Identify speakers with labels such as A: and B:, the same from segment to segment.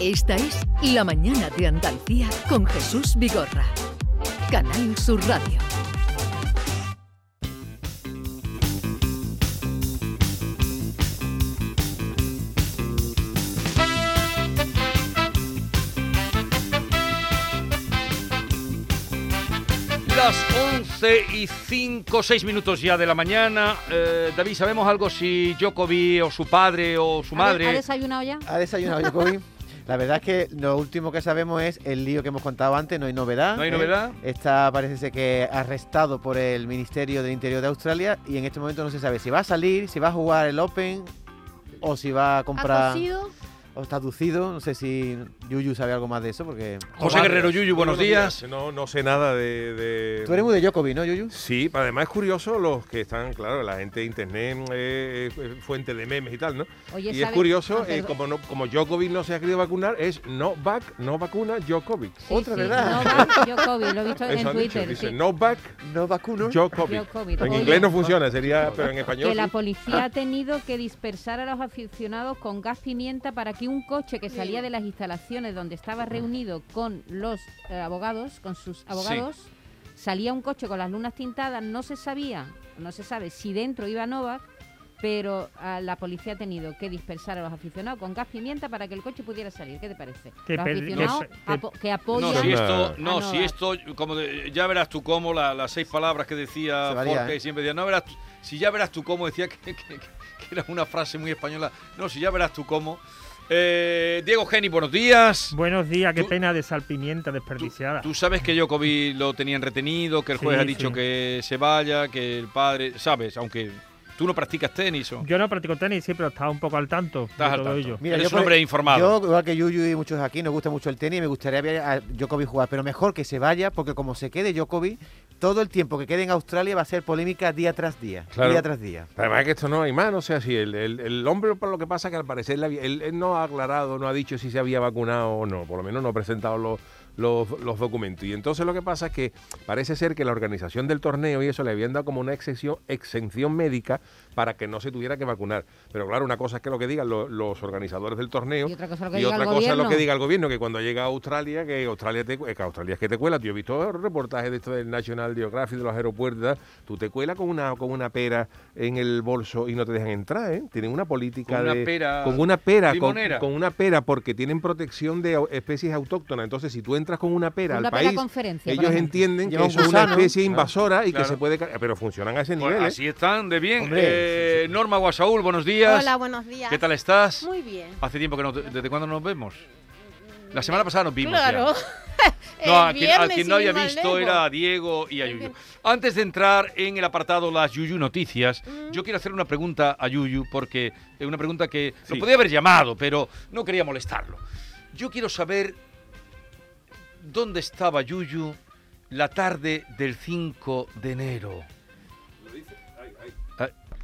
A: Esta es La Mañana de Andalucía con Jesús Vigorra. Canal Sur Radio.
B: Las 11 y 5, 6 minutos ya de la mañana. Eh, David, ¿sabemos algo si Djokovic o su padre o su
C: ¿Ha de-
B: madre...
C: ¿Ha desayunado ya?
D: Ha desayunado Jacobi. La verdad es que lo último que sabemos es el lío que hemos contado antes, no hay novedad.
B: No hay
D: ¿eh?
B: novedad.
D: Está, parece ser que arrestado por el Ministerio del Interior de Australia y en este momento no se sabe si va a salir, si va a jugar el Open o si va a
C: ¿Ha
D: comprar
C: cocido?
D: o está aducido. No sé si Yuyu sabe algo más de eso porque...
B: José Guerrero Yuyu, buenos días.
E: No, no sé nada de. de-
D: Tú eres muy de Djokovic, ¿no, Yuyu?
E: Sí, pero además es curioso los que están, claro, la gente de internet eh, es fuente de memes y tal, ¿no?
C: Oye,
E: y es
C: ¿sabe-
E: curioso,
C: Ah,
E: eh,
C: perdón.
E: como no, como Djokovic no se ha querido vacunar, es no vac, no vacuna Djokovic.
C: Sí,
D: Otra,
C: sí.
D: ¿verdad?
C: Novak Djokovic, lo he visto en
E: Eso han dicho,
C: Twitter.
E: dice,
C: sí.
E: no vac
D: No vacuno.
E: Djokovic.
C: Djokovic.
E: En
C: Oye,
E: inglés no funciona, sería, pero en
C: Que
E: español.
C: la
E: sí. Ah.
C: policía ha tenido que dispersar a los aficionados con gas pimienta para que un coche que salía de las instalaciones donde estaba reunido con los eh, abogados, con sus abogados, salía un coche con las lunas tintadas, no se sabía, no se sabe si dentro iba Novak, pero ah, la policía ha tenido que dispersar a los aficionados con gas pimienta para que el coche pudiera salir. ¿Qué te parece?
F: Que
C: los
F: per-
C: aficionados
F: que se- que-
C: apo- que
B: No,
C: apoyan...
B: si esto,
E: Ah,
B: no,
C: no,
B: si
C: va.
B: esto, como de- ya verás tú cómo, la- las seis palabras que decía
D: Se varía,
B: Forte
D: ¿eh?
B: siempre decía, no verás tú- si ya verás tú cómo, decía que, que- que- que era una frase muy española, no, si ya verás tú cómo. Eh, Diego Geni, buenos días.
F: Buenos días, qué
B: Tú-
F: pena de salpimienta
B: Tú,
F: desperdiciada.
B: tú sabes que Djokovic lo tenían retenido, que el juez
F: Sí,
B: ha dicho
F: sí.
B: que se vaya, que el padre, sabes, aunque tú no practicas tenis o
F: Yo no practico tenis, sí, pero estaba un poco al tanto de
B: estás al
F: todo
B: tanto.
F: ello.
D: Mira,
B: Eres un
D: yo por- e-,
B: hombre informado.
D: Yo, igual que Yuyu y muchos aquí, nos gusta mucho el tenis y me gustaría ver a Djokovic jugar, pero mejor que se vaya, porque como se quede Djokovic, todo el tiempo que quede en Australia va a ser polémica día tras día,
E: Claro.
D: día tras día.
E: Además que esto no hay más, o sea, si el, el, el hombre por lo que pasa que al parecer la- él, él no ha aclarado, no ha dicho si se había vacunado o no, por lo menos no ha presentado los, los, los documentos. Y entonces lo que pasa es que parece ser que la organización del torneo y eso le habían dado como una exención, exención médica para que no se tuviera que vacunar. Pero claro, una cosa es que lo que digan lo- los organizadores del torneo
C: Y otra cosa lo que
E: y
C: diga
E: otra
C: el
E: cosa es lo que
C: gobierno.
E: diga el gobierno, que cuando llega a Australia, que Australia, te, cu- que Australia es que te cuela. Yo he visto reportajes de esto del National Geographic, de los aeropuertos, y tal. tú te cuelas con una, con una pera en el bolso y no te dejan entrar, ¿eh? Tienen una política
B: Con una
E: de-
B: pera
E: Con una pera, con,
B: limonera.
E: con una pera, porque tienen protección de au- especies autóctonas. Entonces, si tú entras con una pera
C: Una
E: al
C: pera
E: país,
C: conferencia, por
E: ellos
C: ejemplo.
E: entienden que
D: Lleva un
E: eso es una
D: gusano.
E: especie invasora y
B: Ah, claro.
E: que se puede... ca- Pero funcionan a ese
B: Pues
E: nivel, ¿eh?
B: así están, de bien.
D: Hombre,
B: Eh, Norma Guasaúl, buenos días.
G: Hola, buenos días.
B: ¿Qué tal estás?
G: Muy bien.
B: Hace tiempo que no. ¿Desde cuándo nos vemos? La semana pasada nos vimos. ya.
G: Claro. El
B: No, a quien, a
G: viernes
B: quien
G: sin
B: no había
G: ir más
B: visto
G: lejos.
B: era a Diego y a
G: El
B: Yuyu.
G: viernes.
B: Antes de entrar en el apartado Las Yuyu Noticias,
G: Mm.
B: yo quiero hacer una pregunta a Yuyu, porque es una pregunta que lo
E: Sí.
B: podía haber llamado, pero no quería molestarlo. Yo quiero saber dónde estaba Yuyu la tarde del 5 de enero.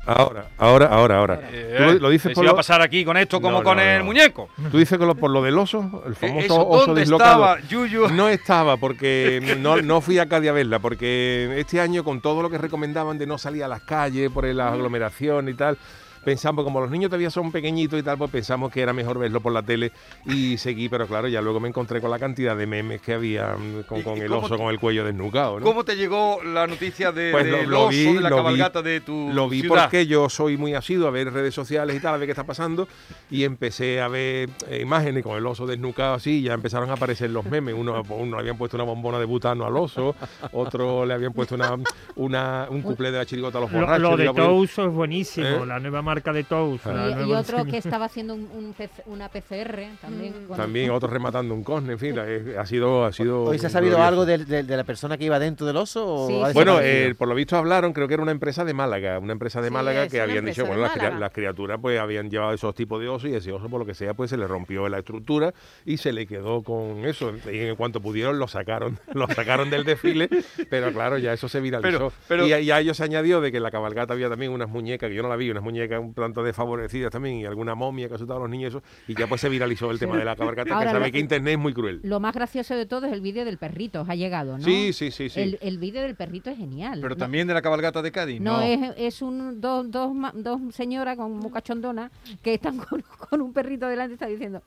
E: Ahora, ahora, ahora, ahora.
B: Eh,
E: Tú lo, lo dices
B: que
E: por
B: si va a
E: lo-
B: pasar aquí con esto como
E: No,
B: con
E: no,
B: el
E: no.
B: muñeco.
E: Tú dices que lo- por lo del oso, el
B: Eh,
E: famoso
B: eso,
E: oso
B: ¿Dónde
E: dislocado.
B: estaba Yuyu?
E: No estaba porque no, no fui a Cádiz a verla, porque este año con todo lo que recomendaban de no salir a las calles por las aglomeraciones y tal, pensamos, como los niños todavía son pequeñitos y tal, pues pensamos que era mejor verlo por la tele y seguí, pero claro, ya luego me encontré con la cantidad de memes que había mm,
B: ¿Y-
E: con, con
B: y
E: el
B: cómo
E: oso
B: te-
E: con el cuello desnucado. ¿no?
B: ¿Cómo te llegó la noticia de,
E: Pues lo-
B: del
E: lo
B: oso,
E: vi,
B: de la
E: lo vi,
B: cabalgata de tu
E: Lo vi
B: ciudad?
E: porque yo soy muy asiduo a ver redes sociales y tal, a ver qué está pasando. Y empecé a ver eh, imágenes con el oso desnucado así. Y ya empezaron a aparecer los memes. Uno, uno le habían puesto una bombona de butano al oso. Otro le habían puesto una, una- un cuplé de la chirigota a los
F: Lo,
E: borrachos.
F: lo de
E: digo, pues,
F: Tous es buenísimo,
E: ¿Eh?
F: la nueva marca de Tous. la
C: Y- Y,
F: nueva-
C: otro que estaba haciendo un, un PC una PCR también.
G: Mm.
C: cuando-
E: también otro rematando un cosne. En fin, eh, ha sido. Ha sido
D: ¿Hoy se ha sabido
E: glorioso.
D: algo del- del- de, la persona que iba dentro del oso? o
C: Sí,
D: ha
C: sí.
E: Bueno,
D: desaparecido?
E: eh, por lo visto hablaron, creo que era una empresa de Málaga, una empresa de
G: Sí,
E: Málaga
G: es
E: que
G: una
E: habían dicho,
G: empresa de
E: bueno, las, cria-
G: Málaga.
E: las criaturas pues habían llevado esos tipos de osos y ese oso por lo que sea pues se le rompió la estructura y se le quedó con eso. Y en cuanto pudieron lo sacaron, lo sacaron del desfile, pero claro, ya eso se viralizó.
B: Pero- pero-
E: y a, y a ello se añadió de que en la cabalgata había también unas muñecas, que yo no la vi, unas muñecas un tanto desfavorecidas también y alguna momia que asustaba a los niños y eso, y ya pues se viralizó el tema de la cabalgata,
C: Ahora
E: que
C: lo-
E: sabe que internet es muy cruel.
C: Lo más gracioso de todo es el vídeo del perrito, os ha llegado, ¿no?
E: Sí, sí, sí, sí.
C: El, el vídeo del perrito es genial.
B: Pero
C: No-
B: también de la cabalgata de Cádiz.
C: No, es, es un, dos, dos, ma- dos señoras con mucachondona que están con, con un perrito delante y está diciendo,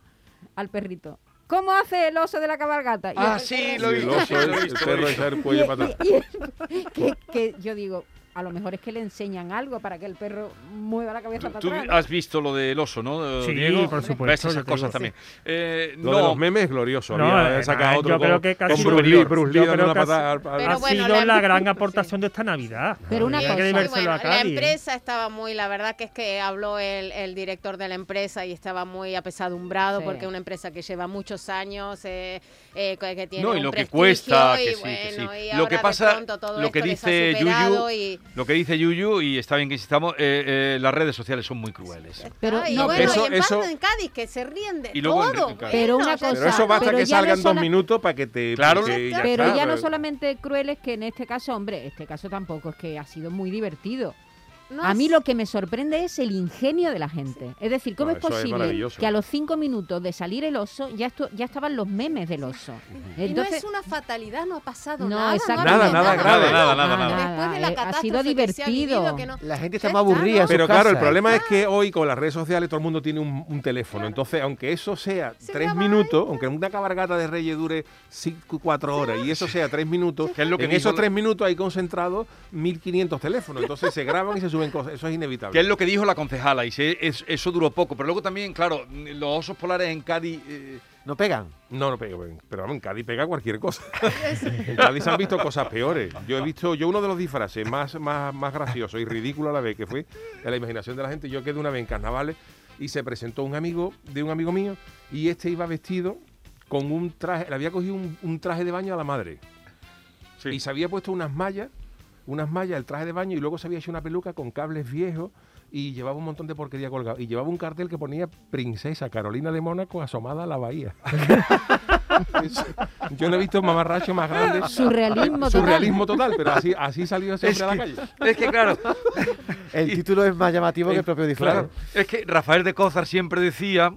C: al perrito. ¿Cómo hace el oso de la cabalgata? Y
B: Ah,
C: el
B: sí,
C: perro-
B: lo he
E: el
B: visto,
E: oso,
B: lo he
E: el
B: visto, lo he
E: perro
B: visto.
E: echa el
C: y-
E: cuello para atrás.
C: y- y- que, que yo digo, a lo mejor es que le enseñan algo para que el perro mueva la cabeza
B: Tú, ah, tú
C: para atrás.
B: has visto lo del oso, ¿no, eh,
F: Sí,
B: Diego?
F: por supuesto,
B: Ves
F: yo
B: esas
F: te
B: cosas
F: digo.
B: también. Eh,
E: Lo
B: no,
E: de los memes es glorioso.
F: No,
E: había
F: eh,
E: sacado
F: yo
E: otro
F: creo
E: con,
F: que
E: con
F: casi-
E: Bruce Lee, Bruce Lee
F: yo
E: dando
F: creo
E: una
F: que casi-
E: patada. al- al-
F: Ha
G: Pero bueno,
F: sido
G: la
F: la,
G: empresa-
F: gran aportación de esta Navidad.
C: Pero una
F: Hay
C: cosa,
F: que
G: Sí,
F: levérselo
G: bueno,
F: a
G: la
F: Cádiz, ¿eh?
G: empresa estaba muy, la verdad que es que habló el, el director de la empresa y estaba muy apesadumbrado
C: Sí.
G: porque es una empresa que lleva muchos años, eh, eh, que que tiene
B: No, y
G: un
B: lo que
G: prestigio
B: cuesta,
G: y
B: que sí, que
G: bueno,
B: sí.
G: y
B: Lo
G: ahora
B: que
G: de
B: pasa-
G: pronto todo
B: lo que
G: esto les ha
B: dice Yuyu-
G: superado y-
B: Lo que dice Yuyu, y está bien que insistamos, eh, eh, las redes sociales son muy crueles.
C: Pero,
G: Ay,
C: no,
G: bueno,
C: pero-
E: Eso-
G: y en
E: eso-
G: Bando, en Cádiz, que se ríen de
B: Y luego en-
G: todo.
B: en Cádiz.
C: Pero
G: bueno,
C: una
G: ya
C: cosa-
E: Pero
G: está.
E: eso basta
C: pero
E: que
C: ya no
E: salgan dos
C: sola-
E: minutos para que te.
B: Claro.
E: que ya
C: pero
E: está,
C: ya no
E: pero-
C: solamente crueles que en este caso, hombre, este caso tampoco es que ha sido muy divertido.
G: No
C: a mí
G: sé.
C: lo que me sorprende es el ingenio de la gente. Es decir, ¿cómo
E: No,
C: es
E: eso es
C: posible
E: maravilloso.
C: que a los cinco minutos de salir el oso ya, estu- ya estaban los memes del oso?
G: Y no es
C: Entonces,
G: una fatalidad, no ha pasado
C: No,
G: nada.
C: exacto.
G: ha
E: Nada,
G: habido
E: nada grave.
B: Nada, nada, nada.
G: Después de la
C: Eh, ha
G: catástrofe
C: sido
G: que se ha vivido,
C: divertido.
G: que no-
D: La gente está
G: Ya
D: más
G: está,
D: aburrida.
G: ¿no?
D: en ¿eh? sus
E: Pero claro, el
D: casas.
E: problema es que hoy con las redes sociales todo el mundo tiene un, un teléfono. Entonces, aunque eso sea
G: Se
E: tres
G: graba
E: minutos, aunque una cabargata de Reyes dure cinco, cuatro horas y eso sea tres minutos,
B: Que es lo que
E: en
B: dijo
E: esos
B: la-
E: tres minutos hay concentrados 1.500 teléfonos. Entonces se graban y se suben cosas. Eso es inevitable.
B: Que es lo que dijo la concejala, y se- es- eso duró poco. Pero luego también, claro, los osos polares en Cádiz. eh,
D: No pegan.
E: No, no pega, pero, pero vamos, en Cádiz pega cualquier cosa. en Cádiz se han visto cosas peores. Yo he visto, yo uno de los disfraces más, más, más graciosos y ridículo a la vez que fue de la imaginación de la gente. Yo quedé una vez en carnavales y se presentó un amigo de un amigo mío y este iba vestido con un traje, le había cogido un, un traje de baño a la madre y se había puesto unas mallas, unas mallas, el traje de baño y luego se había hecho una peluca con cables viejos y llevaba un montón de porquería colgado y llevaba un cartel que ponía Princesa Carolina de Mónaco asomada a la bahía. Eso- Yo no he visto mamarracho más grande.
C: Surrealismo total.
E: Surrealismo total, pero así, así salió siempre
B: Es
E: a la
B: que-
E: calle.
B: Es que, claro,
D: El título es más llamativo que el propio disfraz.
E: Claro.
B: es que Rafael de Cózar siempre decía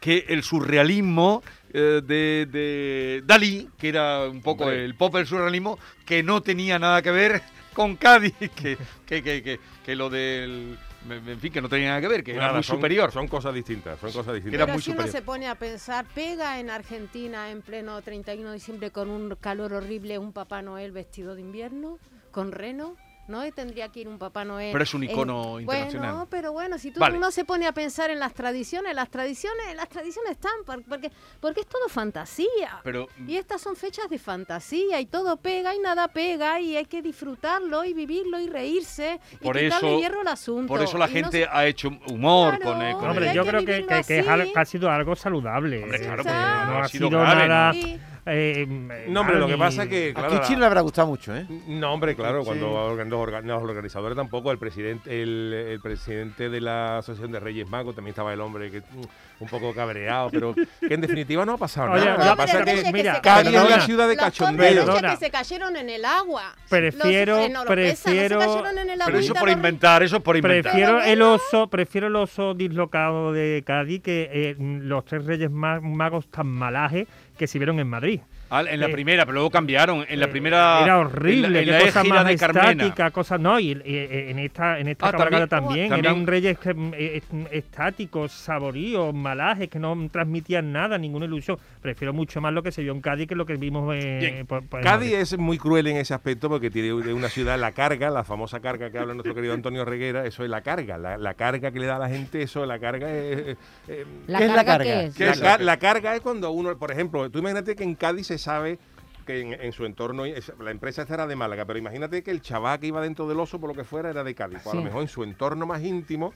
B: que el surrealismo eh, de, de Dalí, que era un poco
E: Hombre.
B: el pop del surrealismo, que no tenía nada que ver con Cádiz, que, que, que, que, que lo del. En fin, que no tenía nada que ver, que era
E: Nada,
B: muy
E: son-
B: superior.
E: Son cosas distintas, son cosas distintas.
B: Era
G: Pero
B: muy
G: si uno
B: superior.
G: se pone a pensar, pega en Argentina en pleno 31 de diciembre con un calor horrible un Papá Noel vestido de invierno, con reno, ¿no? Y tendría que ir un Papá Noel.
B: Pero es un icono
G: en-
B: internacional.
G: Bueno, pero bueno, si tú
B: Vale.
G: no se pone a pensar en las tradiciones, las tradiciones, las tradiciones están, por- porque, porque es todo fantasía.
B: Pero
G: y estas son fechas de fantasía y todo pega y nada pega y hay que disfrutarlo y vivirlo y reírse
B: Por
G: y quitarle
B: eso-
G: hierro al asunto.
B: por eso la
G: Y no
B: gente
G: se-
B: ha hecho humor
G: Claro,
B: con, eh, con
G: Pero
F: Hombre,
G: hay
F: yo
G: que
F: creo que, que-
G: vivirlo
F: que es al-
G: así.
F: que ha sido algo saludable.
B: Hombre,
F: eh,
B: claro,
F: que
G: porque
F: no
B: ha
F: ha
B: sido
F: sido
B: grave,
F: nada.
B: ¿no?
G: Sí.
F: eh,
E: No, hombre, lo
F: ni-
E: que pasa es que. Claro,
D: Aquí
E: la-
D: Chile le habrá gustado mucho, ¿eh?
E: No, hombre, claro,
D: Sí.
E: cuando organ- los, organ- los organizadores tampoco, el presidente, el, el presidente de la Asociación de Reyes Magos, también estaba el hombre que mm, un poco cabreado, pero que en definitiva no ha pasado
F: Oye,
E: nada.
F: no,
E: Lo que
F: pero
E: pasa es
F: Reyes
E: que
G: que
F: mira,
G: se
E: Cádiz es la
F: perdona.
E: ciudad de
G: Los pobres
E: cachondeo.
G: leches
F: Perdona.
G: que se cayeron en el agua.
F: Prefiero-
G: Los- eh, no, los pesas, no
F: prefiero-
G: se cayeron en el
B: Pero eso
G: agüita,
B: por
G: los-
B: inventar, eso por inventar.
F: Prefiero
G: Pero
F: el
G: bueno.
F: oso, prefiero el oso dislocado de Cádiz que eh, los tres reyes ma- magos tan malajes que se vieron en Madrid.
B: Ah, en la
F: Eh,
B: primera, pero luego cambiaron. En la
F: Eh,
B: primera.
F: era
B: en la-
F: horrible,
B: En
F: qué
B: la,
F: cosa
B: égida
F: más
B: de Carmena.
F: estática, cosas no, y, y- y en esta en esta
B: Ah,
F: cabalgata
B: también-
F: también,
B: también.
F: era un reyes que, mm, eh, eh, estático, saborío, malajes que no transmitían nada, ninguna ilusión. Prefiero mucho más lo que se vio en Cádiz que lo que vimos eh,
B: Bien.
F: por- por en
E: Cádiz
F: Madrid.
E: es muy cruel en ese aspecto porque tiene de una ciudad la carga, la famosa carga que habla nuestro querido Antonio Reguera, eso es la carga, la, la carga que le da a la gente, eso, la carga es- es-
C: ¿La
D: ¿Qué es la
C: carga
D: carga?
C: qué es?
B: ¿Qué
E: la,
B: es
E: ca-
B: eso?
E: la carga es cuando uno, por ejemplo, tú imagínate que en Cádiz se sabe que en, en su entorno, es- la empresa esta era de Málaga, pero imagínate que el chaval que iba dentro del oso, por lo que fuera, era de Cádiz. Pues a lo
C: Sí.
E: mejor en su entorno más íntimo,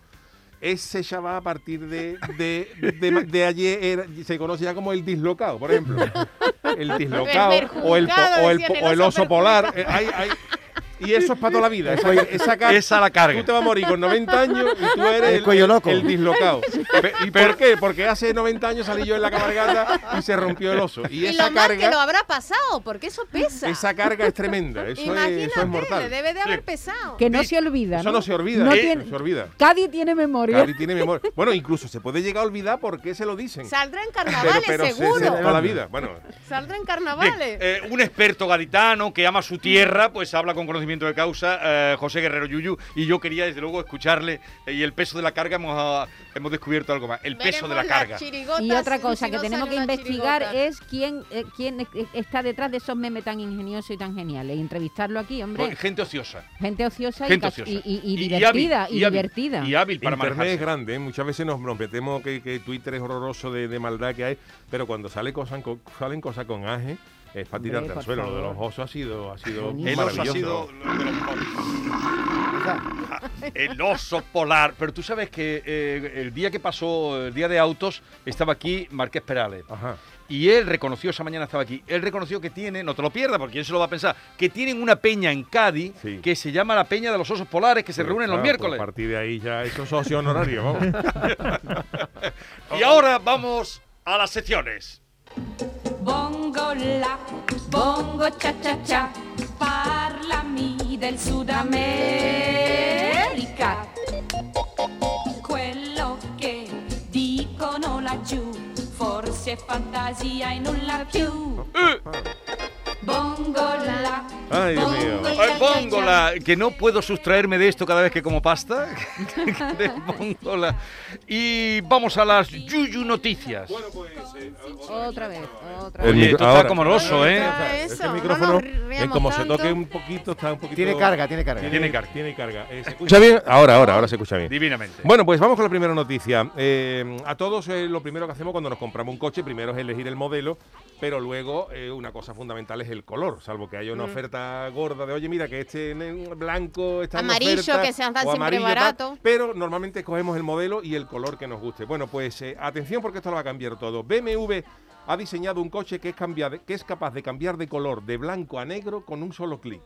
E: ese chaval a partir de, de, de- de ayer era- se conocía como el dislocado, por ejemplo. El dislocado
G: El
E: o el, po- o el, po-
G: perjudicado,
E: o el oso
G: decían, el oso
E: polar. eh, hay- hay- y eso es para toda la vida. Esa, esa carga.
B: Esa la carga.
E: Tú te vas a morir con 90 años y tú eres
D: El cuello loco.
E: el dislocado. Pe- ¿Y por qué? Porque hace 90 años salí yo en la cabalgata y se rompió el oso. Y,
G: Y,
E: esa
G: lo mal que lo
E: carga,
G: habrá pasado, porque eso pesa.
E: esa carga es tremenda. Eso,
G: Imagínate,
E: es, eso es
G: le
E: mortal.
G: debe de haber pesado.
C: Que no
B: Di-
C: se olvida.
E: Eso no se olvida.
C: No
E: eh,
C: tiene-
E: no se olvida.
C: Cádiz tiene memoria.
E: Cádiz tiene memoria. Bueno, incluso se puede llegar a olvidar porque se lo dicen.
G: Saldrá en
E: Pero,
G: carnavales,
E: pero se- se-
G: seguro.
E: toda la vida. Bueno,
G: Saldrá en
B: Bien,
G: carnavales.
B: eh, un experto gaditano que ama su tierra, pues habla con conocimiento de causa, eh, José Guerrero Yuyu, y yo quería desde luego escucharle eh, y el peso de la carga hemos, ah, hemos descubierto algo más, el peso de la carga.
C: Y otra cosa que tenemos que investigar es quién, eh, quién es- eh, está detrás de esos memes tan ingeniosos y tan geniales. Y entrevistarlo aquí,
B: Pues,
C: hombre.
B: Gente ociosa.
C: Gente ociosa, y
B: Gente
C: cas-
B: ociosa.
C: y, y- y
B: Y- y
C: divertida.
B: hábil,
C: Y,
B: y hábil,
C: divertida.
B: Y hábil para
E: Internet
B: manejarse.
E: es grande, ¿eh? muchas veces nos, nos metemos que, que Twitter es horroroso de, de maldad que hay, pero cuando sale cosas, con- salen cosas con aje, es para
C: Hombre,
E: tirarte
C: por
E: al suelo. Lo de los
C: favor.
E: osos ha sido, ha sido
C: Buenísimo.
B: El oso ha
E: maravilloso.
B: sido lo de los mejores.
D: O sea,
B: El oso polar. Pero tú sabes que eh, el día que pasó, el día de autos, estaba aquí Marqués Perales.
E: Ajá.
B: Y él reconoció, esa mañana estaba aquí, él reconoció que tiene, no te lo pierdas porque quién se lo va a pensar, que tienen una peña en Cádiz
E: Sí.
B: que se llama la Peña de los Osos Polares, que se
E: Pues,
B: reúnen
E: claro,
B: los
E: pues,
B: miércoles.
E: A partir de ahí ya eso es socio honorario, vamos.
B: Y ahora vamos a las secciones.
H: Bongo la, bongo cha cha cha, parlami del Sudamerica. Quello che dicono laggiù, forse è fantasia e nulla più. Bongo la,
E: Ay, Dios mío.
H: bongo
B: Ay,
H: cha cha cha.
B: Póngola, que no puedo sustraerme de esto cada vez que como pasta. De Póngola. Y vamos a las Yuyu Noticias.
C: Otra vez, otra
E: El
C: vez.
B: Oye,
E: micro-
B: tú estás
E: ahora-
B: como el oso, ¿eh?
G: Ahora
E: Este
G: eso, no
E: micrófono,
G: nos
E: ven,
G: riamos
E: como se
G: tanto.
E: toque un poquito, está un poquito...
D: tiene carga, tiene carga.
B: Tiene carga.
E: Tiene carga. Eh, ¿Se escucha bien? Ahora, ahora, ahora se escucha bien.
B: Divinamente.
E: Bueno, pues vamos con la primera noticia. Eh, a todos eh, lo primero que hacemos cuando nos compramos un coche, primero es elegir el modelo, pero luego eh, una cosa fundamental es el color, salvo que haya
G: Mm.
E: una oferta gorda de, oye, mira que este en blanco está en
G: Amarillo,
E: oferta",
G: que sean tan
E: o
G: siempre
E: tal,
G: barato.
E: pero normalmente escogemos el modelo y el color que nos guste. Bueno, pues eh, atención porque esto lo va a cambiar todo. BMW ha diseñado un coche que es, cambiade- que es capaz de cambiar de color de blanco a negro con un solo clic.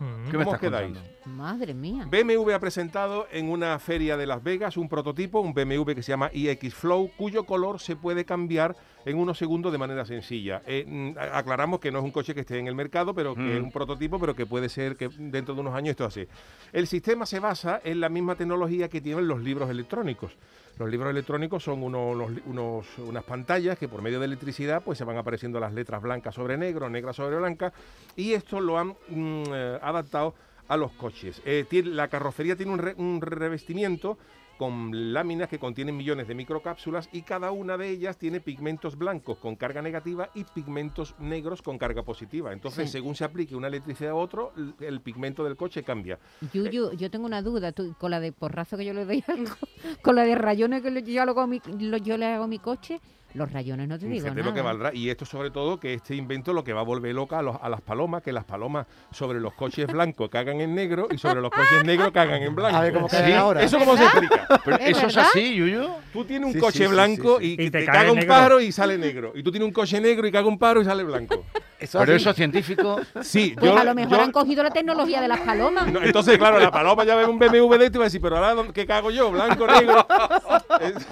F: Mm.
B: ¿Qué me
E: ¿Cómo os
B: estás
E: quedáis?
B: contando?
C: Madre mía.
E: BMW ha presentado en una feria de Las Vegas un prototipo, un BMW que se llama iX Flow, cuyo color se puede cambiar en unos segundos de manera sencilla. Eh, mm, a- aclaramos que no es un coche que esté en el mercado, pero que es un prototipo, pero que puede ser que dentro de unos años esto así. El sistema se basa en la misma tecnología que tienen los libros electrónicos. Los libros electrónicos son uno- unos li- unos- unas pantallas que por medio de electricidad pues se van apareciendo las letras blancas sobre negro, negras sobre blanca y esto lo han mm, eh, adaptado a los coches. Eh, tiene- la carrocería tiene un, re- un revestimiento con láminas que contienen millones de microcápsulas y cada una de ellas tiene pigmentos blancos con carga negativa y pigmentos negros con carga positiva. Entonces,
C: Sí.
E: según se aplique una electricidad a otro, l- el pigmento del coche cambia.
C: Yuyu,
G: Eh.
C: yo tengo una duda, tú, con la de porrazo que yo le doy, al co- con la de rayones que le- yo, hago a mi, lo- yo le hago a mi coche, los rayones no te digo
E: Fíjate
C: nada.
E: lo que valdrá. Y esto sobre todo que este invento lo que va a volver loca a, los- a las palomas, que las palomas sobre los coches blancos cagan en negro y sobre los coches negros cagan en blanco.
D: A ver cómo cagan
E: Sí,
D: ahora.
E: ¿Eso cómo se explica? Pues
B: Pero
G: ¿Es
B: ¿Eso es
G: verdad?
B: así, Yuyu?
E: Tú tienes un
D: Sí,
E: coche
D: sí, sí,
E: blanco
D: sí, sí.
E: y,
F: Y
E: te,
F: te cae
E: caga un
F: negro.
E: pájaro y sale negro. Y tú tienes un coche negro y caga un pájaro y sale blanco.
D: Eso
B: Pero
D: así.
B: eso es científico.
E: Sí,
C: Pues
E: yo-
C: a lo mejor
E: yo-
C: han cogido la tecnología de las palomas.
E: No, entonces, claro, la paloma ya ve un BMW de esto y va a decir, pero ahora, ¿dónde- ¿qué cago yo? Blanco, negro. Es-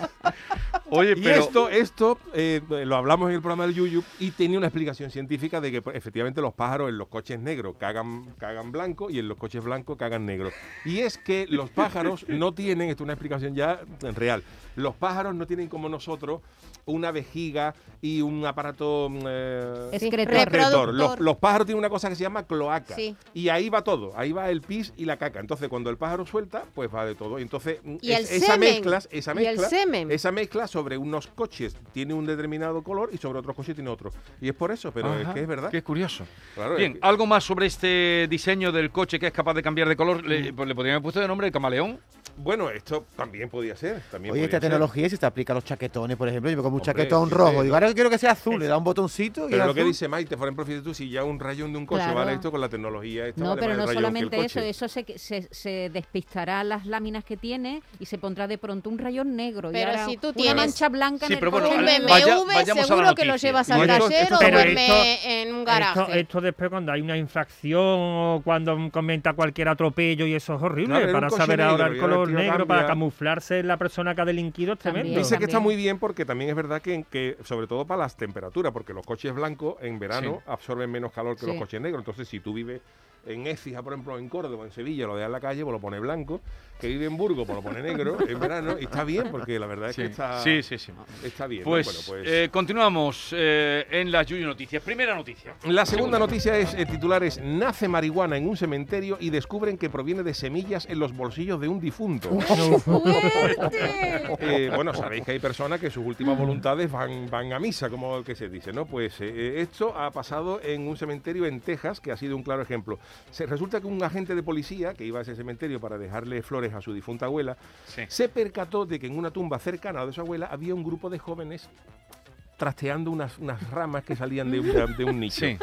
B: Oye,
E: Y
B: pero...
E: esto, esto eh, lo hablamos en el programa del Yuyu y tenía una explicación científica de que pues, efectivamente los pájaros en los coches negros cagan, cagan blanco y en los coches blancos cagan negro. Y es que los pájaros no tienen, esto es una explicación ya real, los pájaros no tienen como nosotros una vejiga y un aparato... mm, eh,
C: Excretor.
E: Reproductor. Los,
G: Reproductor.
E: los pájaros tienen una cosa que se llama cloaca.
G: Sí.
E: Y ahí va todo. Ahí va el pis y la caca. Entonces, cuando el pájaro suelta, pues va de todo. Y entonces, mm,
G: Y el
E: esa,
G: semen.
E: mezcla, esa
G: Y
E: mezcla.
G: el semen.
E: Esa mezcla sobre unos coches tiene un determinado color y sobre otros coches tiene otro. Y es por eso, pero es
B: Ajá,
E: que es verdad.
B: Qué curioso.
E: Claro,
B: Bien,
E: es que-
B: algo más sobre este diseño del coche que es capaz de cambiar de color.
E: Mm.
B: Le, pues le podrían haber puesto de nombre el camaleón.
E: Bueno, esto también podía ser. También
D: Oye, esta
E: podía ser.
D: tecnología, si te aplica a los chaquetones, por ejemplo, yo me pongo un
E: Hombre,
D: chaquetón
E: sí,
D: rojo,
E: sí.
D: digo, ahora yo quiero que sea azul, le da un botoncito y
E: Pero
D: es
E: lo que
D: azul.
E: dice Maite, por ejemplo, fíjate tú, si ya un rayón de un coche
C: Claro.
E: vale esto con la tecnología. Esta
C: No,
E: vale
C: pero
E: más
C: no
E: el rayón que el
C: solamente eso,
E: coche.
C: eso se, que- se, se despistará las láminas que tiene y se pondrá de pronto un rayón negro. y
G: Pero
C: ahora
G: si tú
C: una
G: tienes-
C: mancha blanca
B: Sí,
C: en el
B: pero bueno,
C: coche.
G: un
B: vaya-
G: BMW
B: vayamos a la
G: seguro que lo
B: noticia.
G: llevas al
E: Esto-
G: trasero o
E: esto-
G: duerme
F: esto-
G: en un garaje.
F: Esto, esto después cuando hay una infracción o cuando mm, comenta cualquier atropello y eso es horrible.
E: Claro, era un
F: para
E: coche
F: saber
E: negro,
F: ahora
E: y
F: el
E: ahora el
F: color
E: tío
F: negro,
E: cambia.
F: para camuflarse la persona que ha delinquido es
C: También.
F: tremendo.
E: Dice que está
C: también.
E: muy bien porque también es verdad que, que sobre todo para las temperaturas, porque los coches blancos en verano absorben menos calor que los
C: Sí.
E: coches negros. Entonces, si tú vives en Écija, por ejemplo, en Córdoba, en Sevilla, lo deja en la calle, pues lo pone blanco, que vive en Burgos, pues lo pone negro en verano, y está bien, porque la verdad es
B: Sí,
E: que está,
B: sí, sí, sí.
E: está bien. ¿no?
B: Pues,
E: Bueno,
B: eh, continuamos eh, en las Yuyu Noticias. Primera noticia.
E: La segunda noticia es, el titular es, nace marihuana en un cementerio y descubren que proviene de semillas en los bolsillos de un difunto. Eh, bueno, sabéis que hay personas que sus últimas voluntades van, van a misa, como el que se dice, ¿no? Pues eh, esto ha pasado en un cementerio en Texas, que ha sido un claro ejemplo. Se, resulta que un agente de policía que iba a ese cementerio para dejarle flores a su difunta abuela,
B: Sí.
E: se percató de que en una tumba cercana a la de su abuela había un grupo de jóvenes trasteando unas, unas ramas que salían de un, de un nicho.
B: Sí.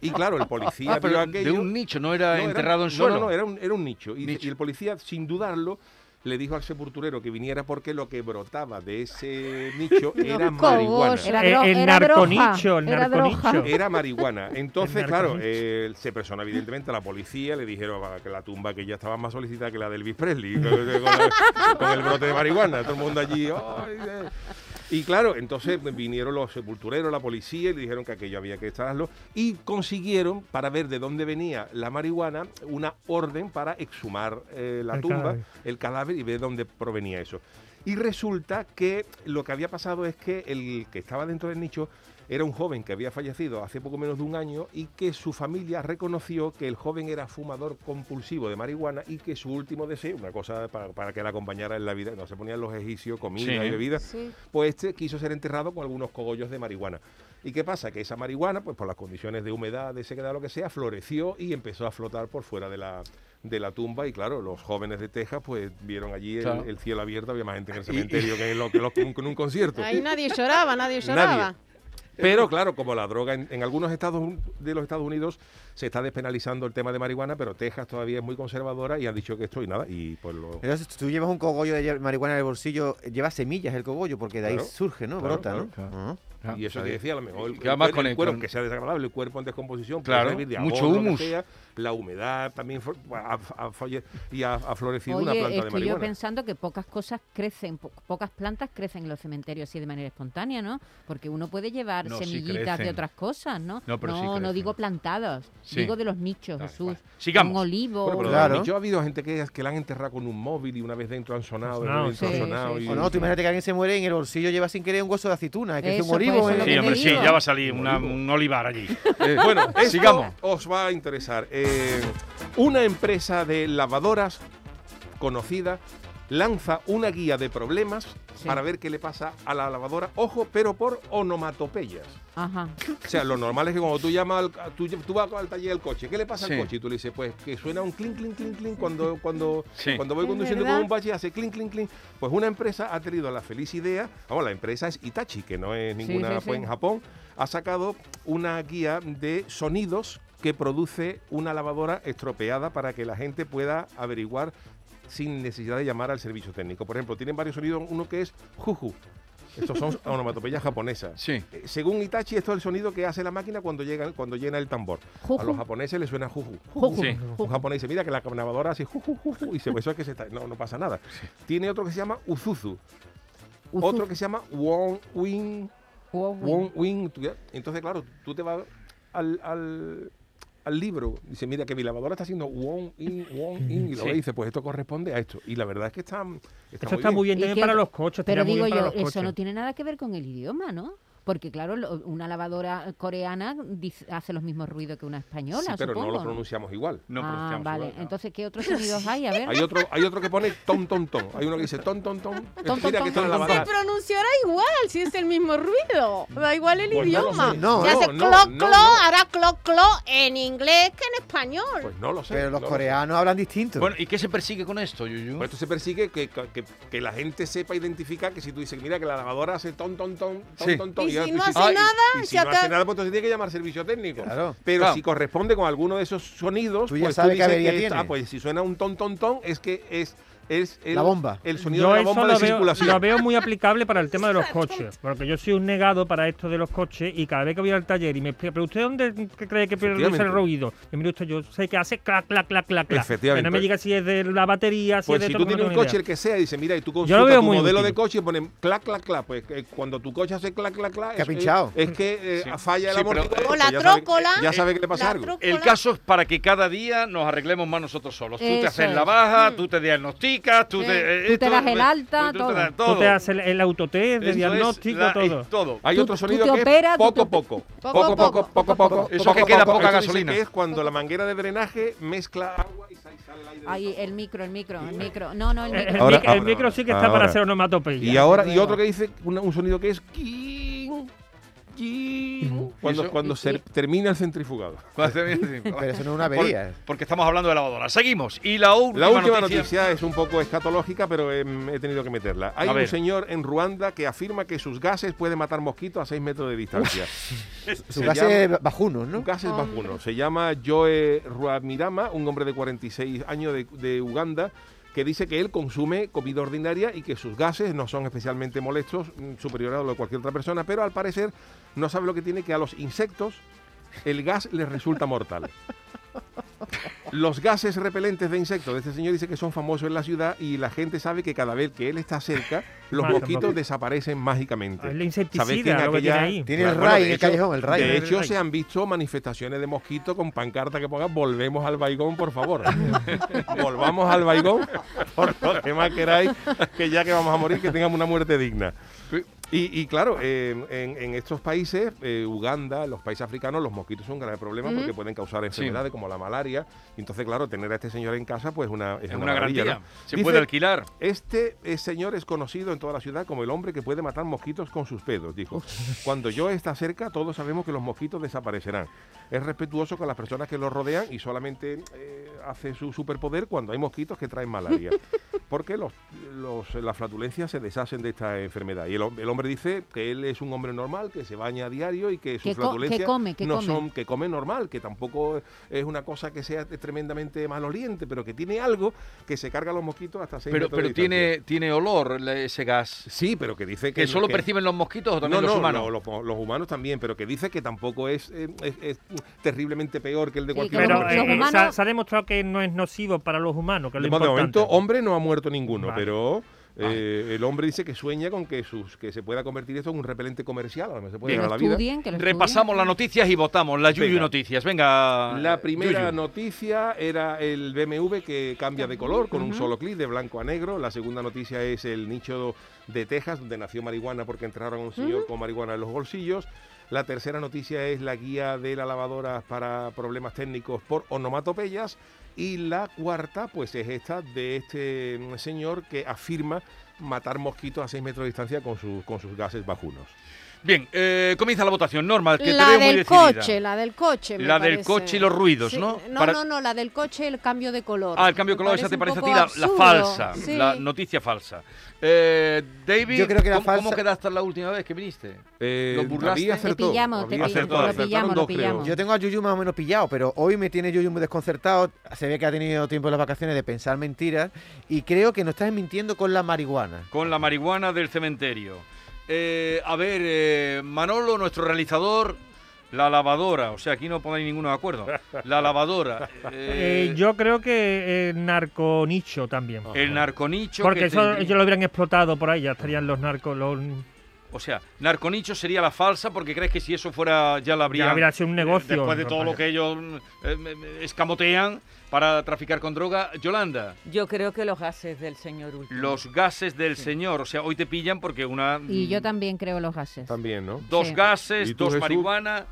E: Y claro, el policía
B: Ah,
E: vio
B: pero de
E: aquello-
B: un nicho, no era
E: no, era-
B: enterrado en
E: no,
B: suelo.
E: No, no, era un, era un nicho. Y,
B: Nicho.
E: y el policía, sin dudarlo, le dijo al sepulturero que viniera porque lo que brotaba de ese nicho era marihuana.
G: Era,
F: Eh,
G: dro-
F: el
G: era droga,
F: narconicho, el
G: era droga.
F: narconicho.
E: Era marihuana. Entonces,
F: El
E: claro,
F: narconicho.
E: eh, se persona evidentemente a la policía, le dijeron va, que la tumba que ya estaba más solicitada que la de Elvis Presley, con, con la- con el brote de marihuana, todo el mundo allí. "Ay, eh". Y claro, entonces vinieron los sepultureros, la policía, y le dijeron que aquello había que extraerlo. Y consiguieron, para ver de dónde venía la marihuana, una orden para exhumar eh, la
F: El
E: tumba,
F: cadáver.
E: el cadáver, y ver dónde provenía eso. Y resulta que lo que había pasado es que el que estaba dentro del nicho era un joven que había fallecido hace poco menos de un año y que su familia reconoció que el joven era fumador compulsivo de marihuana y que su último deseo, una cosa para, para que la acompañara en la vida, no se ponían los egipcios, comida
B: Sí.
E: y bebida,
G: Sí.
E: pues este quiso ser enterrado con algunos cogollos de marihuana. ¿Y qué pasa? Que esa marihuana, pues por las condiciones de humedad, de sequedad, lo que sea, floreció y empezó a flotar por fuera de la, de la tumba. Y claro, los jóvenes de Texas, pues vieron allí el-
B: Claro.
E: el, cielo abierto, había más gente en el cementerio que en, lo, que lo- que en un- en un concierto.
G: Ahí nadie lloraba, nadie lloraba.
E: Nadie. Pero claro, como la droga en, en algunos estados un- de los Estados Unidos se está despenalizando el tema de marihuana, pero Texas todavía es muy conservadora y han dicho que esto y nada. Y pues lo,
D: Pero si tú llevas un cogollo de marihuana en el bolsillo, eh, lleva semillas el cogollo, porque de ahí
E: Claro,
D: surge, ¿no?
E: claro,
D: Brota,
E: claro,
D: ¿no?
B: claro.
D: Ajá.
E: Y eso
B: Ah, está
E: que
B: bien.
E: decía, a lo mejor el,
B: Que además
E: el
B: con el-
E: cuerpo,
B: con-
E: que sea desagradable, el cuerpo en descomposición, puede
B: Claro,
E: servir de
B: mucho
E: abono, lo que
B: humus.
E: sea, la humedad también fo- ha, ha folle- y ha, ha florecido una
C: Oye,
E: planta de
C: estoy yo
E: marihuana.
C: pensando que pocas cosas crecen, po- pocas plantas crecen en los cementerios así de manera espontánea, ¿no? Porque uno puede llevar
B: No, sí
C: semillitas de
B: crecen.
C: otras cosas, ¿no?
B: No, pero sí
C: no,
B: crecen.
C: digo plantadas,
B: Sí.
C: digo de los nichos,
B: Vale,
C: Jesús.
B: vale. Sigamos.
C: Un olivo.
E: Bueno, pero
C: un-
D: Claro.
E: yo ha habido gente que, que la han enterrado con un móvil y una vez dentro han sonado, de
F: Sonado,
E: dentro
C: sí,
E: han sonado
C: sí,
E: y-
D: O no, tú imagínate que alguien se muere y en el bolsillo lleva sin querer un hueso de aceituna, que es
C: Eso,
D: un olivo.
C: pues, eso
D: ¿eh?
C: es lo
B: Sí,
C: que
B: hombre,
C: te
B: sí,
C: digo.
B: ya va a salir una- un olivar allí.
E: Eh, bueno, esto
B: sigamos.
E: os va a interesar. Eh, una empresa de lavadoras conocida lanza una guía de problemas
C: Sí.
E: para ver qué le pasa a la lavadora, ojo, pero por onomatopeyas.
C: Ajá.
E: O sea, lo normal es que cuando tú llamas al, tú, tú vas al taller del coche, ¿qué le pasa
B: Sí.
E: al coche? Y tú le dices, pues que suena un clink, clink, clink, clink cuando, cuando,
B: Sí.
E: cuando voy
G: Es
E: conduciendo
G: verdad.
E: con un bache hace clink, clink, clink. Pues una empresa ha tenido la feliz idea, vamos, la empresa es Itachi, que no es
C: Sí, sí,
E: ninguna,
C: sí.
E: pues en Japón, ha sacado una guía de sonidos que produce una lavadora estropeada para que la gente pueda averiguar sin necesidad de llamar al servicio técnico. Por ejemplo, tienen varios sonidos, uno que es juju. Estos son onomatopeyas japonesas.
B: Sí.
E: Eh, Según Itachi, esto es el sonido que hace la máquina cuando, llega, cuando llena el tambor.
C: Juju.
E: A los japoneses les suena juju.
C: Juju.
B: Sí.
E: Un japonés dice, mira que la grabadora hace juju, juju, y se, eso es que se está, no, no pasa nada. Tiene otro que se llama uzuzu,
C: Ujú.
E: otro que se llama wong wing,
C: Ujú.
E: wong wing. tú ya- Entonces, claro, tú te vas al... al al libro, dice, mira que mi lavadora está haciendo wong in, wong in, y luego
B: Sí.
E: dice, pues esto corresponde a esto. Y la verdad es que está, está,
F: Esto está muy bien
C: ¿Y
F: también
C: qué
F: para
C: otro-
F: los coches.
C: Pero
F: estaría muy
C: digo
F: bien para
C: yo,
F: los
C: eso no
F: coches.
C: tiene nada que ver con el idioma, ¿no? Porque claro, lo- una lavadora coreana dice- hace los mismos ruidos que una española,
E: Sí, pero no
C: supongo,
E: lo pronunciamos igual.
B: No
C: ah,
B: pronunciamos
C: vale.
B: igual, no.
C: Entonces, ¿qué otros sonidos hay? A ver.
E: Hay otro, hay otro que pone ton, ton, ton. Hay uno que dice ton, ton, ton.
C: Ton, ton,
E: Mira
C: ton,
E: que está la
C: ton, ton.
E: lavadora.
G: Se pronunciará igual, si es el mismo ruido. Da igual el
E: Pues no lo
G: idioma.
E: sé. No,
G: si hace
E: no,
G: clo,
E: no,
G: clo,
E: no.
G: hará clo, clo en inglés que en español.
E: Pues no lo sé.
D: Pero los
E: no lo sé.
D: coreanos hablan distinto.
B: Bueno, ¿y qué se persigue con esto, Yuyu?
E: Pues esto se persigue que, que- que la gente sepa identificar que si tú dices, mira, que la lavadora hace ton, ton, ton, ton,
B: Sí.
E: ton, ton.
G: Y
E: ya
G: si
E: tú
G: no
E: dices,
G: hace
E: "Ay",
G: nada,
E: y si
G: ya
E: no
G: te-
E: hace nada, pues entonces tiene que llamar servicio técnico.
D: Claro.
E: Pero
B: Claro.
E: si corresponde con alguno de esos sonidos,
D: Tú ya
E: pues
D: sabes qué
E: dices
D: avería
E: que es-
D: tiene.
E: ah, pues si suena un ton, ton, ton, es que es es el,
D: La bomba.
E: el sonido
F: Yo
E: de la
F: eso
E: bomba de
F: lo veo,
E: circulación.
F: lo veo muy aplicable para el tema de los coches, porque yo soy un negado para esto de los coches y cada vez que voy al taller y me explica, pero usted dónde cree que produce el
E: Efectivamente.
F: ruido? Yo mire usted, yo sé que hace clac, clac, clac, clac, clac.
E: Efectivamente.
F: Que no me diga si es de la batería, si
E: Pues
F: es de
E: si tú
F: todo, no
E: tienes un
F: tengo ni
E: coche,
F: idea.
E: el que sea, y dice, mira, y tú
F: Yo lo
E: consultas
F: veo
E: tu
F: muy
E: modelo
F: útil.
E: de coche y ponen clac, clac, clac. Pues eh, cuando tu coche hace clac, clac, clac.
D: Que ha
E: es-
D: pinchado.
E: Es, que eh,
B: Sí.
E: falla el
B: Sí, pero-
E: amortiguador,
G: O la
E: pues ya sabe que-
G: trócola.
E: Ya sabe que le pasa
G: La
E: algo.
G: trócola.
B: El caso es para que cada día nos arreglemos más nosotros solos. Tú te
C: Eso
B: haces
C: es.
B: la baja,
G: Mm.
B: tú te diagnosticas, tú
G: Sí.
B: te. eh,
C: Tú te das el alta,
B: pues, tú te
C: todo.
B: das
F: Tú te haces el, el autotest
B: Esto
F: de
B: es
F: diagnóstico,
B: la-
F: todo.
B: es todo.
E: Hay
C: Tú-
E: otro
C: tú
E: sonido
C: te
E: que
C: operas,
E: es
C: tú
E: poco a
C: te-
E: poco.
G: Poco a poco,
E: poco a poco.
B: Eso que queda poca
E: Eso dice
B: gasolina.
E: que Es cuando la manguera de drenaje mezcla agua y sale sale el aire. del
C: Ahí,
E: coche.
C: el micro, el micro, el micro. No, no, el
F: El- el
C: micro.
E: Ahora-
F: mic- el
E: ahora-
F: micro sí que está para
E: ahora.
F: hacer onomatopeya.
E: Y ahora, y otro que dice una- un sonido que es king, king, cuando,
B: Eso-
E: cuando se termina el centrifugado.
D: Pero eso no es una
B: Por-
D: avería.
B: porque estamos hablando de lavadora. Seguimos. Y la última,
E: La última noticia, es un poco escatológica, pero em, he tenido que meterla. Hay
B: A
E: un
B: ver.
E: señor en Ruanda que afirma que sus gases pueden matar mosquitos a 6 metros de distancia.
D: Su
E: Se
D: gas
E: llama-
D: es bajuno, ¿no?
E: Un gas es más
G: Hombre.
E: bueno. Se llama Joe Ruamirama, un hombre de 46 años de, de Uganda, que dice que él consume comida ordinaria y que sus gases no son especialmente molestos, mm, superiores a los de cualquier otra persona, pero al parecer no sabe lo que tiene, que a los insectos el gas les resulta mortal. Los gases repelentes de insectos de este señor dice que son famosos en la ciudad y la gente sabe que cada vez que él está cerca, los
F: Mata,
E: mosquitos
F: mata.
E: desaparecen mágicamente.
F: Ah, es la
E: ¿Sabéis
F: insecticida
E: quién
F: lo que
E: aquella-
F: tiene ahí.
D: Tiene el
E: Claro,
D: RAI
E: de
D: en el
E: hecho-
D: callejón, el RAI.
E: De
F: El
E: hecho,
F: RAI.
E: se han visto manifestaciones de mosquito con pancarta que pongan volvemos al baigón, por favor. Volvamos al baigón, por lo que más queráis, que ya que vamos a morir, que tengamos una muerte digna. Y, y claro, eh, en, en estos países, eh, Uganda, los países africanos, los mosquitos son un grave problema porque pueden causar enfermedades como la malaria. Y entonces, claro, tener a este señor en casa, pues una, es
B: Es una
E: maravilla,
B: garantía.
E: ¿no?
B: Se
E: Dice-
B: puede alquilar.
E: este eh, señor es conocido en toda la ciudad como el hombre que puede matar mosquitos con sus pedos, dijo. Cuando yo está cerca, todos sabemos que los mosquitos desaparecerán. Es respetuoso con las personas que lo rodean y solamente eh, hace su superpoder cuando hay mosquitos que traen malaria. Porque los, los- las flatulencias se deshacen de esta enfermedad. Y el, hom- el hombre dice que él es un hombre normal, que se baña a diario y que
C: Que
E: sus
C: co- que
E: flatulencias
C: come, que
E: no
C: come.
E: son que come normal, que tampoco es una cosa que sea tremendamente maloliente, pero que tiene algo que se carga a los mosquitos hasta seis
B: Pero,
E: metros de
B: pero
E: distancia.
B: tiene, tiene olor la- ese gas.
E: Sí, pero que dice que...
B: ¿Que solo
E: que-
B: perciben los mosquitos o
E: No,
B: también
E: no,
B: los humanos?
E: no, los, los humanos también, pero que dice que tampoco es, eh, es- es terriblemente peor que el de
C: Sí,
E: cualquier
C: que
F: Pero
E: otro.
F: eh,
C: los
F: se ha- se, ha,
C: humanos-
F: demostrado que no es nocivo para los humanos, que es
E: de
F: lo importante.
E: momento, hombre no ha muerto ninguno,
F: Vale.
E: pero eh, el hombre dice que sueña con que sus que se pueda convertir esto en un repelente comercial, a lo mejor se puede
C: Que
E: llegar
C: lo
E: a la vida.
C: estudien, que lo
B: Repasamos las noticias y votamos. La Yuyu
E: Venga.
B: Noticias. Venga.
E: La primera
B: Ah, eh, Yuyu.
E: noticia era el BMW que cambia de color con un solo clic de blanco a negro. La segunda noticia es el nicho de Texas, donde nació marihuana porque entraron a un señor con marihuana en los bolsillos. La tercera noticia es la guía de la lavadora para problemas técnicos por onomatopeyas. Y la cuarta, pues es esta de este mm, señor que afirma matar mosquitos a 6 metros de distancia con, sus- con sus gases bajunos.
B: Bien, eh, comienza la votación. Norma, que te
G: La
B: veo muy
G: del
B: decidida.
G: coche, la del coche. me
B: La del
G: parece.
B: coche y los ruidos,
G: Sí,
B: ¿no?
G: No,
B: Para-
G: no, no, la del coche, el cambio de color.
B: Ah, el cambio de
G: Me
B: color, esa te
G: un
B: parece a ti
G: poco
B: la, la
G: absurdo,
B: falsa,
G: sí.
B: la noticia falsa. Eh, David,
D: Yo creo que era
B: ¿cómo, cómo
D: falsa.
B: quedaste la última vez que viniste?
E: Eh,
B: ¿Lo
E: David
B: burlaste? Te
E: acertó,
C: pillamos, te
E: David
B: pillamos,
E: acertó,
B: lo
E: acertaron
C: pillamos, lo
E: dos, creo.
C: pillamos.
D: Yo tengo a Yuyu más o menos pillado, pero hoy me tiene Yuyu muy desconcertado. Se ve que ha tenido tiempo en las vacaciones de pensar mentiras y creo que no estás mintiendo con la marihuana.
B: Con la marihuana del cementerio. Eh, a ver, eh, Manolo, nuestro realizador, la lavadora. O sea, aquí no ponéis ninguno de acuerdo. La lavadora. eh,
F: Eh, yo creo que eh, narconicho también.
B: El narconicho. que
F: Porque eso
B: tendría-
F: ellos lo hubieran explotado por ahí, ya estarían los narcos. Los,
B: O sea, narconicho sería la falsa porque crees que si eso fuera ya la habría.
F: ya hubiera sido un negocio.
B: eh, Después de
F: ¿no?
B: todo lo que ellos mm, eh, me- me- escamotean para traficar con droga. Yolanda,
I: Yo creo que los gases del señor último.
B: los gases del señor. O sea, hoy te pillan porque una.
C: Y yo
B: mm,
C: también creo los gases.
E: También, ¿no?
B: Dos
C: Sí.
B: gases,
E: ¿Y tú,
B: dos
E: Jesús?
B: marihuana.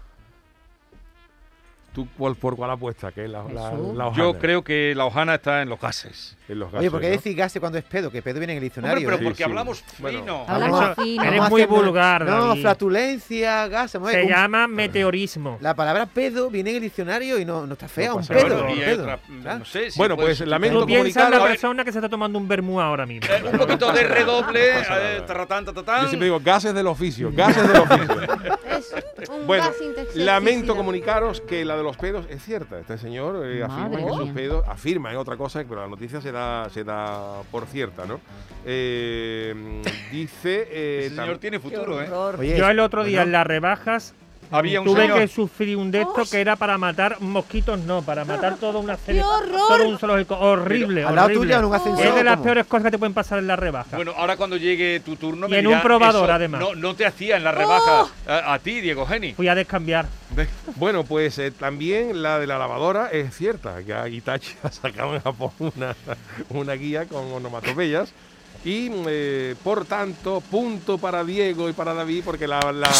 E: ¿Tú cuál, por cuál apuesta? Que la, la,
C: Jesús.
E: la
B: Yo
E: hojana,
B: creo que la hojana está en los gases.
E: en los
D: Oye,
E: gases,
D: ¿por qué
E: ¿no?
D: decir gases cuando es pedo? Que pedo viene en el
B: Hombre,
D: diccionario.
B: pero
D: ¿eh?
E: Sí,
B: porque
E: sí.
B: hablamos
E: Bueno,
B: fino.
D: Vamos
C: Hablamos
D: a-
C: fino.
D: vamos
F: Eres
D: a
F: muy
D: hacer-
F: vulgar,
D: No,
F: David.
D: flatulencia, gases. vamos a ver,
F: Se
D: un-
F: llama meteorismo.
D: La palabra pedo viene en el diccionario y no, no está fea,
F: No
D: un
F: pasa
E: Ah,
D: pedo.
F: nada.
D: un
B: y hay
D: pedo,
B: otra-
D: ¿sabes?
B: no sé si
E: Bueno,
B: puedes
E: pues,
B: utilizar-
E: lamento
F: Tú piensas en
E: comunicarlo,
F: la
E: a ver.
F: persona que se está tomando un vermú ahora mismo.
B: Eh, un poquito de eh, redoble,
E: pasa nada.
B: eh, taratán, tatatán.
E: Yo siempre digo gases del oficio, gases del oficio.
G: es un
E: Bueno,
G: gas intersticial.
E: Lamento comunicaros que la de los pedos es cierta. Este señor eh, afirma
C: Madre
E: que sus
C: mía.
E: pedos, afirma en otra cosa, pero la noticia se da, se da por cierta, ¿no? Eh, dice... eh,
B: Ese señor
E: tam-
B: tiene futuro, ¿eh?
D: Oye,
F: Yo
D: es-
F: el otro día
D: bueno,
F: en las rebajas
B: Había un
F: tuve
B: señor.
F: que sufrir un de estos que era para matar mosquitos, no, para matar toda una serie,
G: horror!
F: todo un zoológico, horrible,
D: Al lado
F: horrible.
D: tuyo en un ascensor.
F: es de las
D: ¿cómo?
F: peores cosas que te pueden pasar en la rebaja.
B: Bueno, ahora cuando llegue tu turno
F: Y
B: me
F: en un
B: dirá,
F: probador,
B: eso
F: además.
B: No, no te hacía en la
G: Oh.
B: rebaja a, a ti, Diego Geni.
F: Fui a descambiar.
E: Bueno, pues eh, también la de la lavadora es cierta. Ya Hitachi ha sacado en Japón una, una guía con onomatopeyas. Y eh, por tanto, punto para Diego y para David, porque la, la-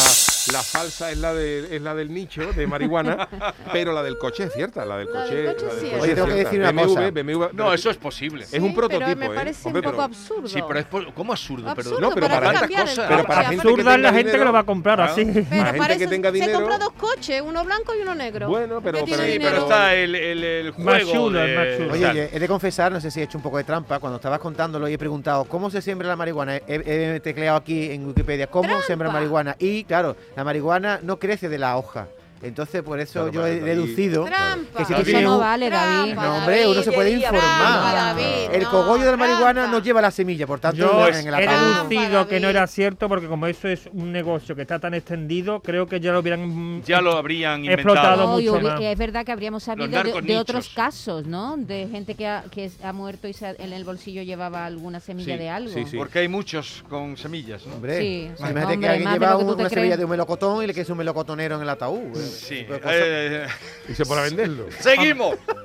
E: la falsa es la, de, es la del nicho de marihuana, pero la del coche es cierta. La del
G: La
E: coche,
G: del coche
E: la
G: sí
E: del
G: es
E: coche
D: Oye, tengo que
E: es
D: decir
E: cierta.
D: una cosa.
E: BMW, BMW,
B: No, eso es posible.
E: Es un
G: Sí, pero
E: prototipo,
G: me
E: ¿eh?
G: parece
E: Hombre,
G: un poco
E: pero-
G: absurdo.
B: Sí, pero es por- ¿cómo absurdo?
G: Absurdo,
B: Perdón.
E: No, pero
G: pero hay
E: para
G: que
E: tantas
G: cambiar el
E: cosas.
G: coche.
E: Pero para
G: Aparte-
E: gente que
F: Absurda es
E: tenga
F: la gente que
E: dinero-
F: lo va a comprar
E: Claro.
F: así.
G: Pero
E: Para gente
G: para
E: que
G: eso
E: tenga
G: Se
E: dinero-
G: compra dos coches, uno blanco y uno negro.
E: Bueno, pero-
G: Que tiene
E: pero-
B: Sí,
G: dinero.
B: pero está el, el, el
F: Más
B: juego.
F: chulo,
B: de-
F: es más chulo.
D: Oye, oye, he de confesar, no sé si he hecho un poco de trampa, cuando estabas contándolo y he preguntado cómo se siembra la marihuana, he, he tecleado aquí en Wikipedia cómo se siembra
G: ¡Trampa!
D: marihuana y claro, la marihuana no crece de la hoja, entonces por eso
E: Claro,
D: yo he
E: David.
D: deducido
G: Trampa.
D: que si tú
B: David.
C: Eso
D: tienes
C: no
D: un-
C: vale, David.
G: Trampa,
D: No, hombre, uno se puede
I: David,
D: informar.
G: Trampa, David,
D: el
G: no,
D: cogollo de la marihuana
G: trampa.
D: no lleva la semilla, por tanto
F: Yo
D: en la
F: he
D: palma.
G: trampa,
F: deducido que no
G: David.
F: era cierto porque como eso es un negocio que está tan extendido, creo que ya lo hubieran mm,
B: Ya lo habrían
F: He explotado.
B: inventado.
F: mucho
C: y hubi-
F: más.
C: Es verdad que habríamos sabido de,
B: narconichos.
C: de otros casos, ¿no? De gente que ha, que ha muerto y se ha- en el bolsillo llevaba alguna semilla
B: Sí,
C: de algo.
E: sí, sí.
B: Porque hay muchos con semillas, ¿no?
D: Hombre,
C: Sí, o sea,
D: imagínate
C: hombre,
D: que alguien
C: más de
D: lleva
C: lo que
D: un-
C: tú te
D: una semilla
C: crees.
D: de un melocotón y le que es un melocotonero en el ataúd. eh,
B: Sí.
D: ese tipo de cosas.
B: eh,
E: Y se pone a venderlo.
B: seguimos.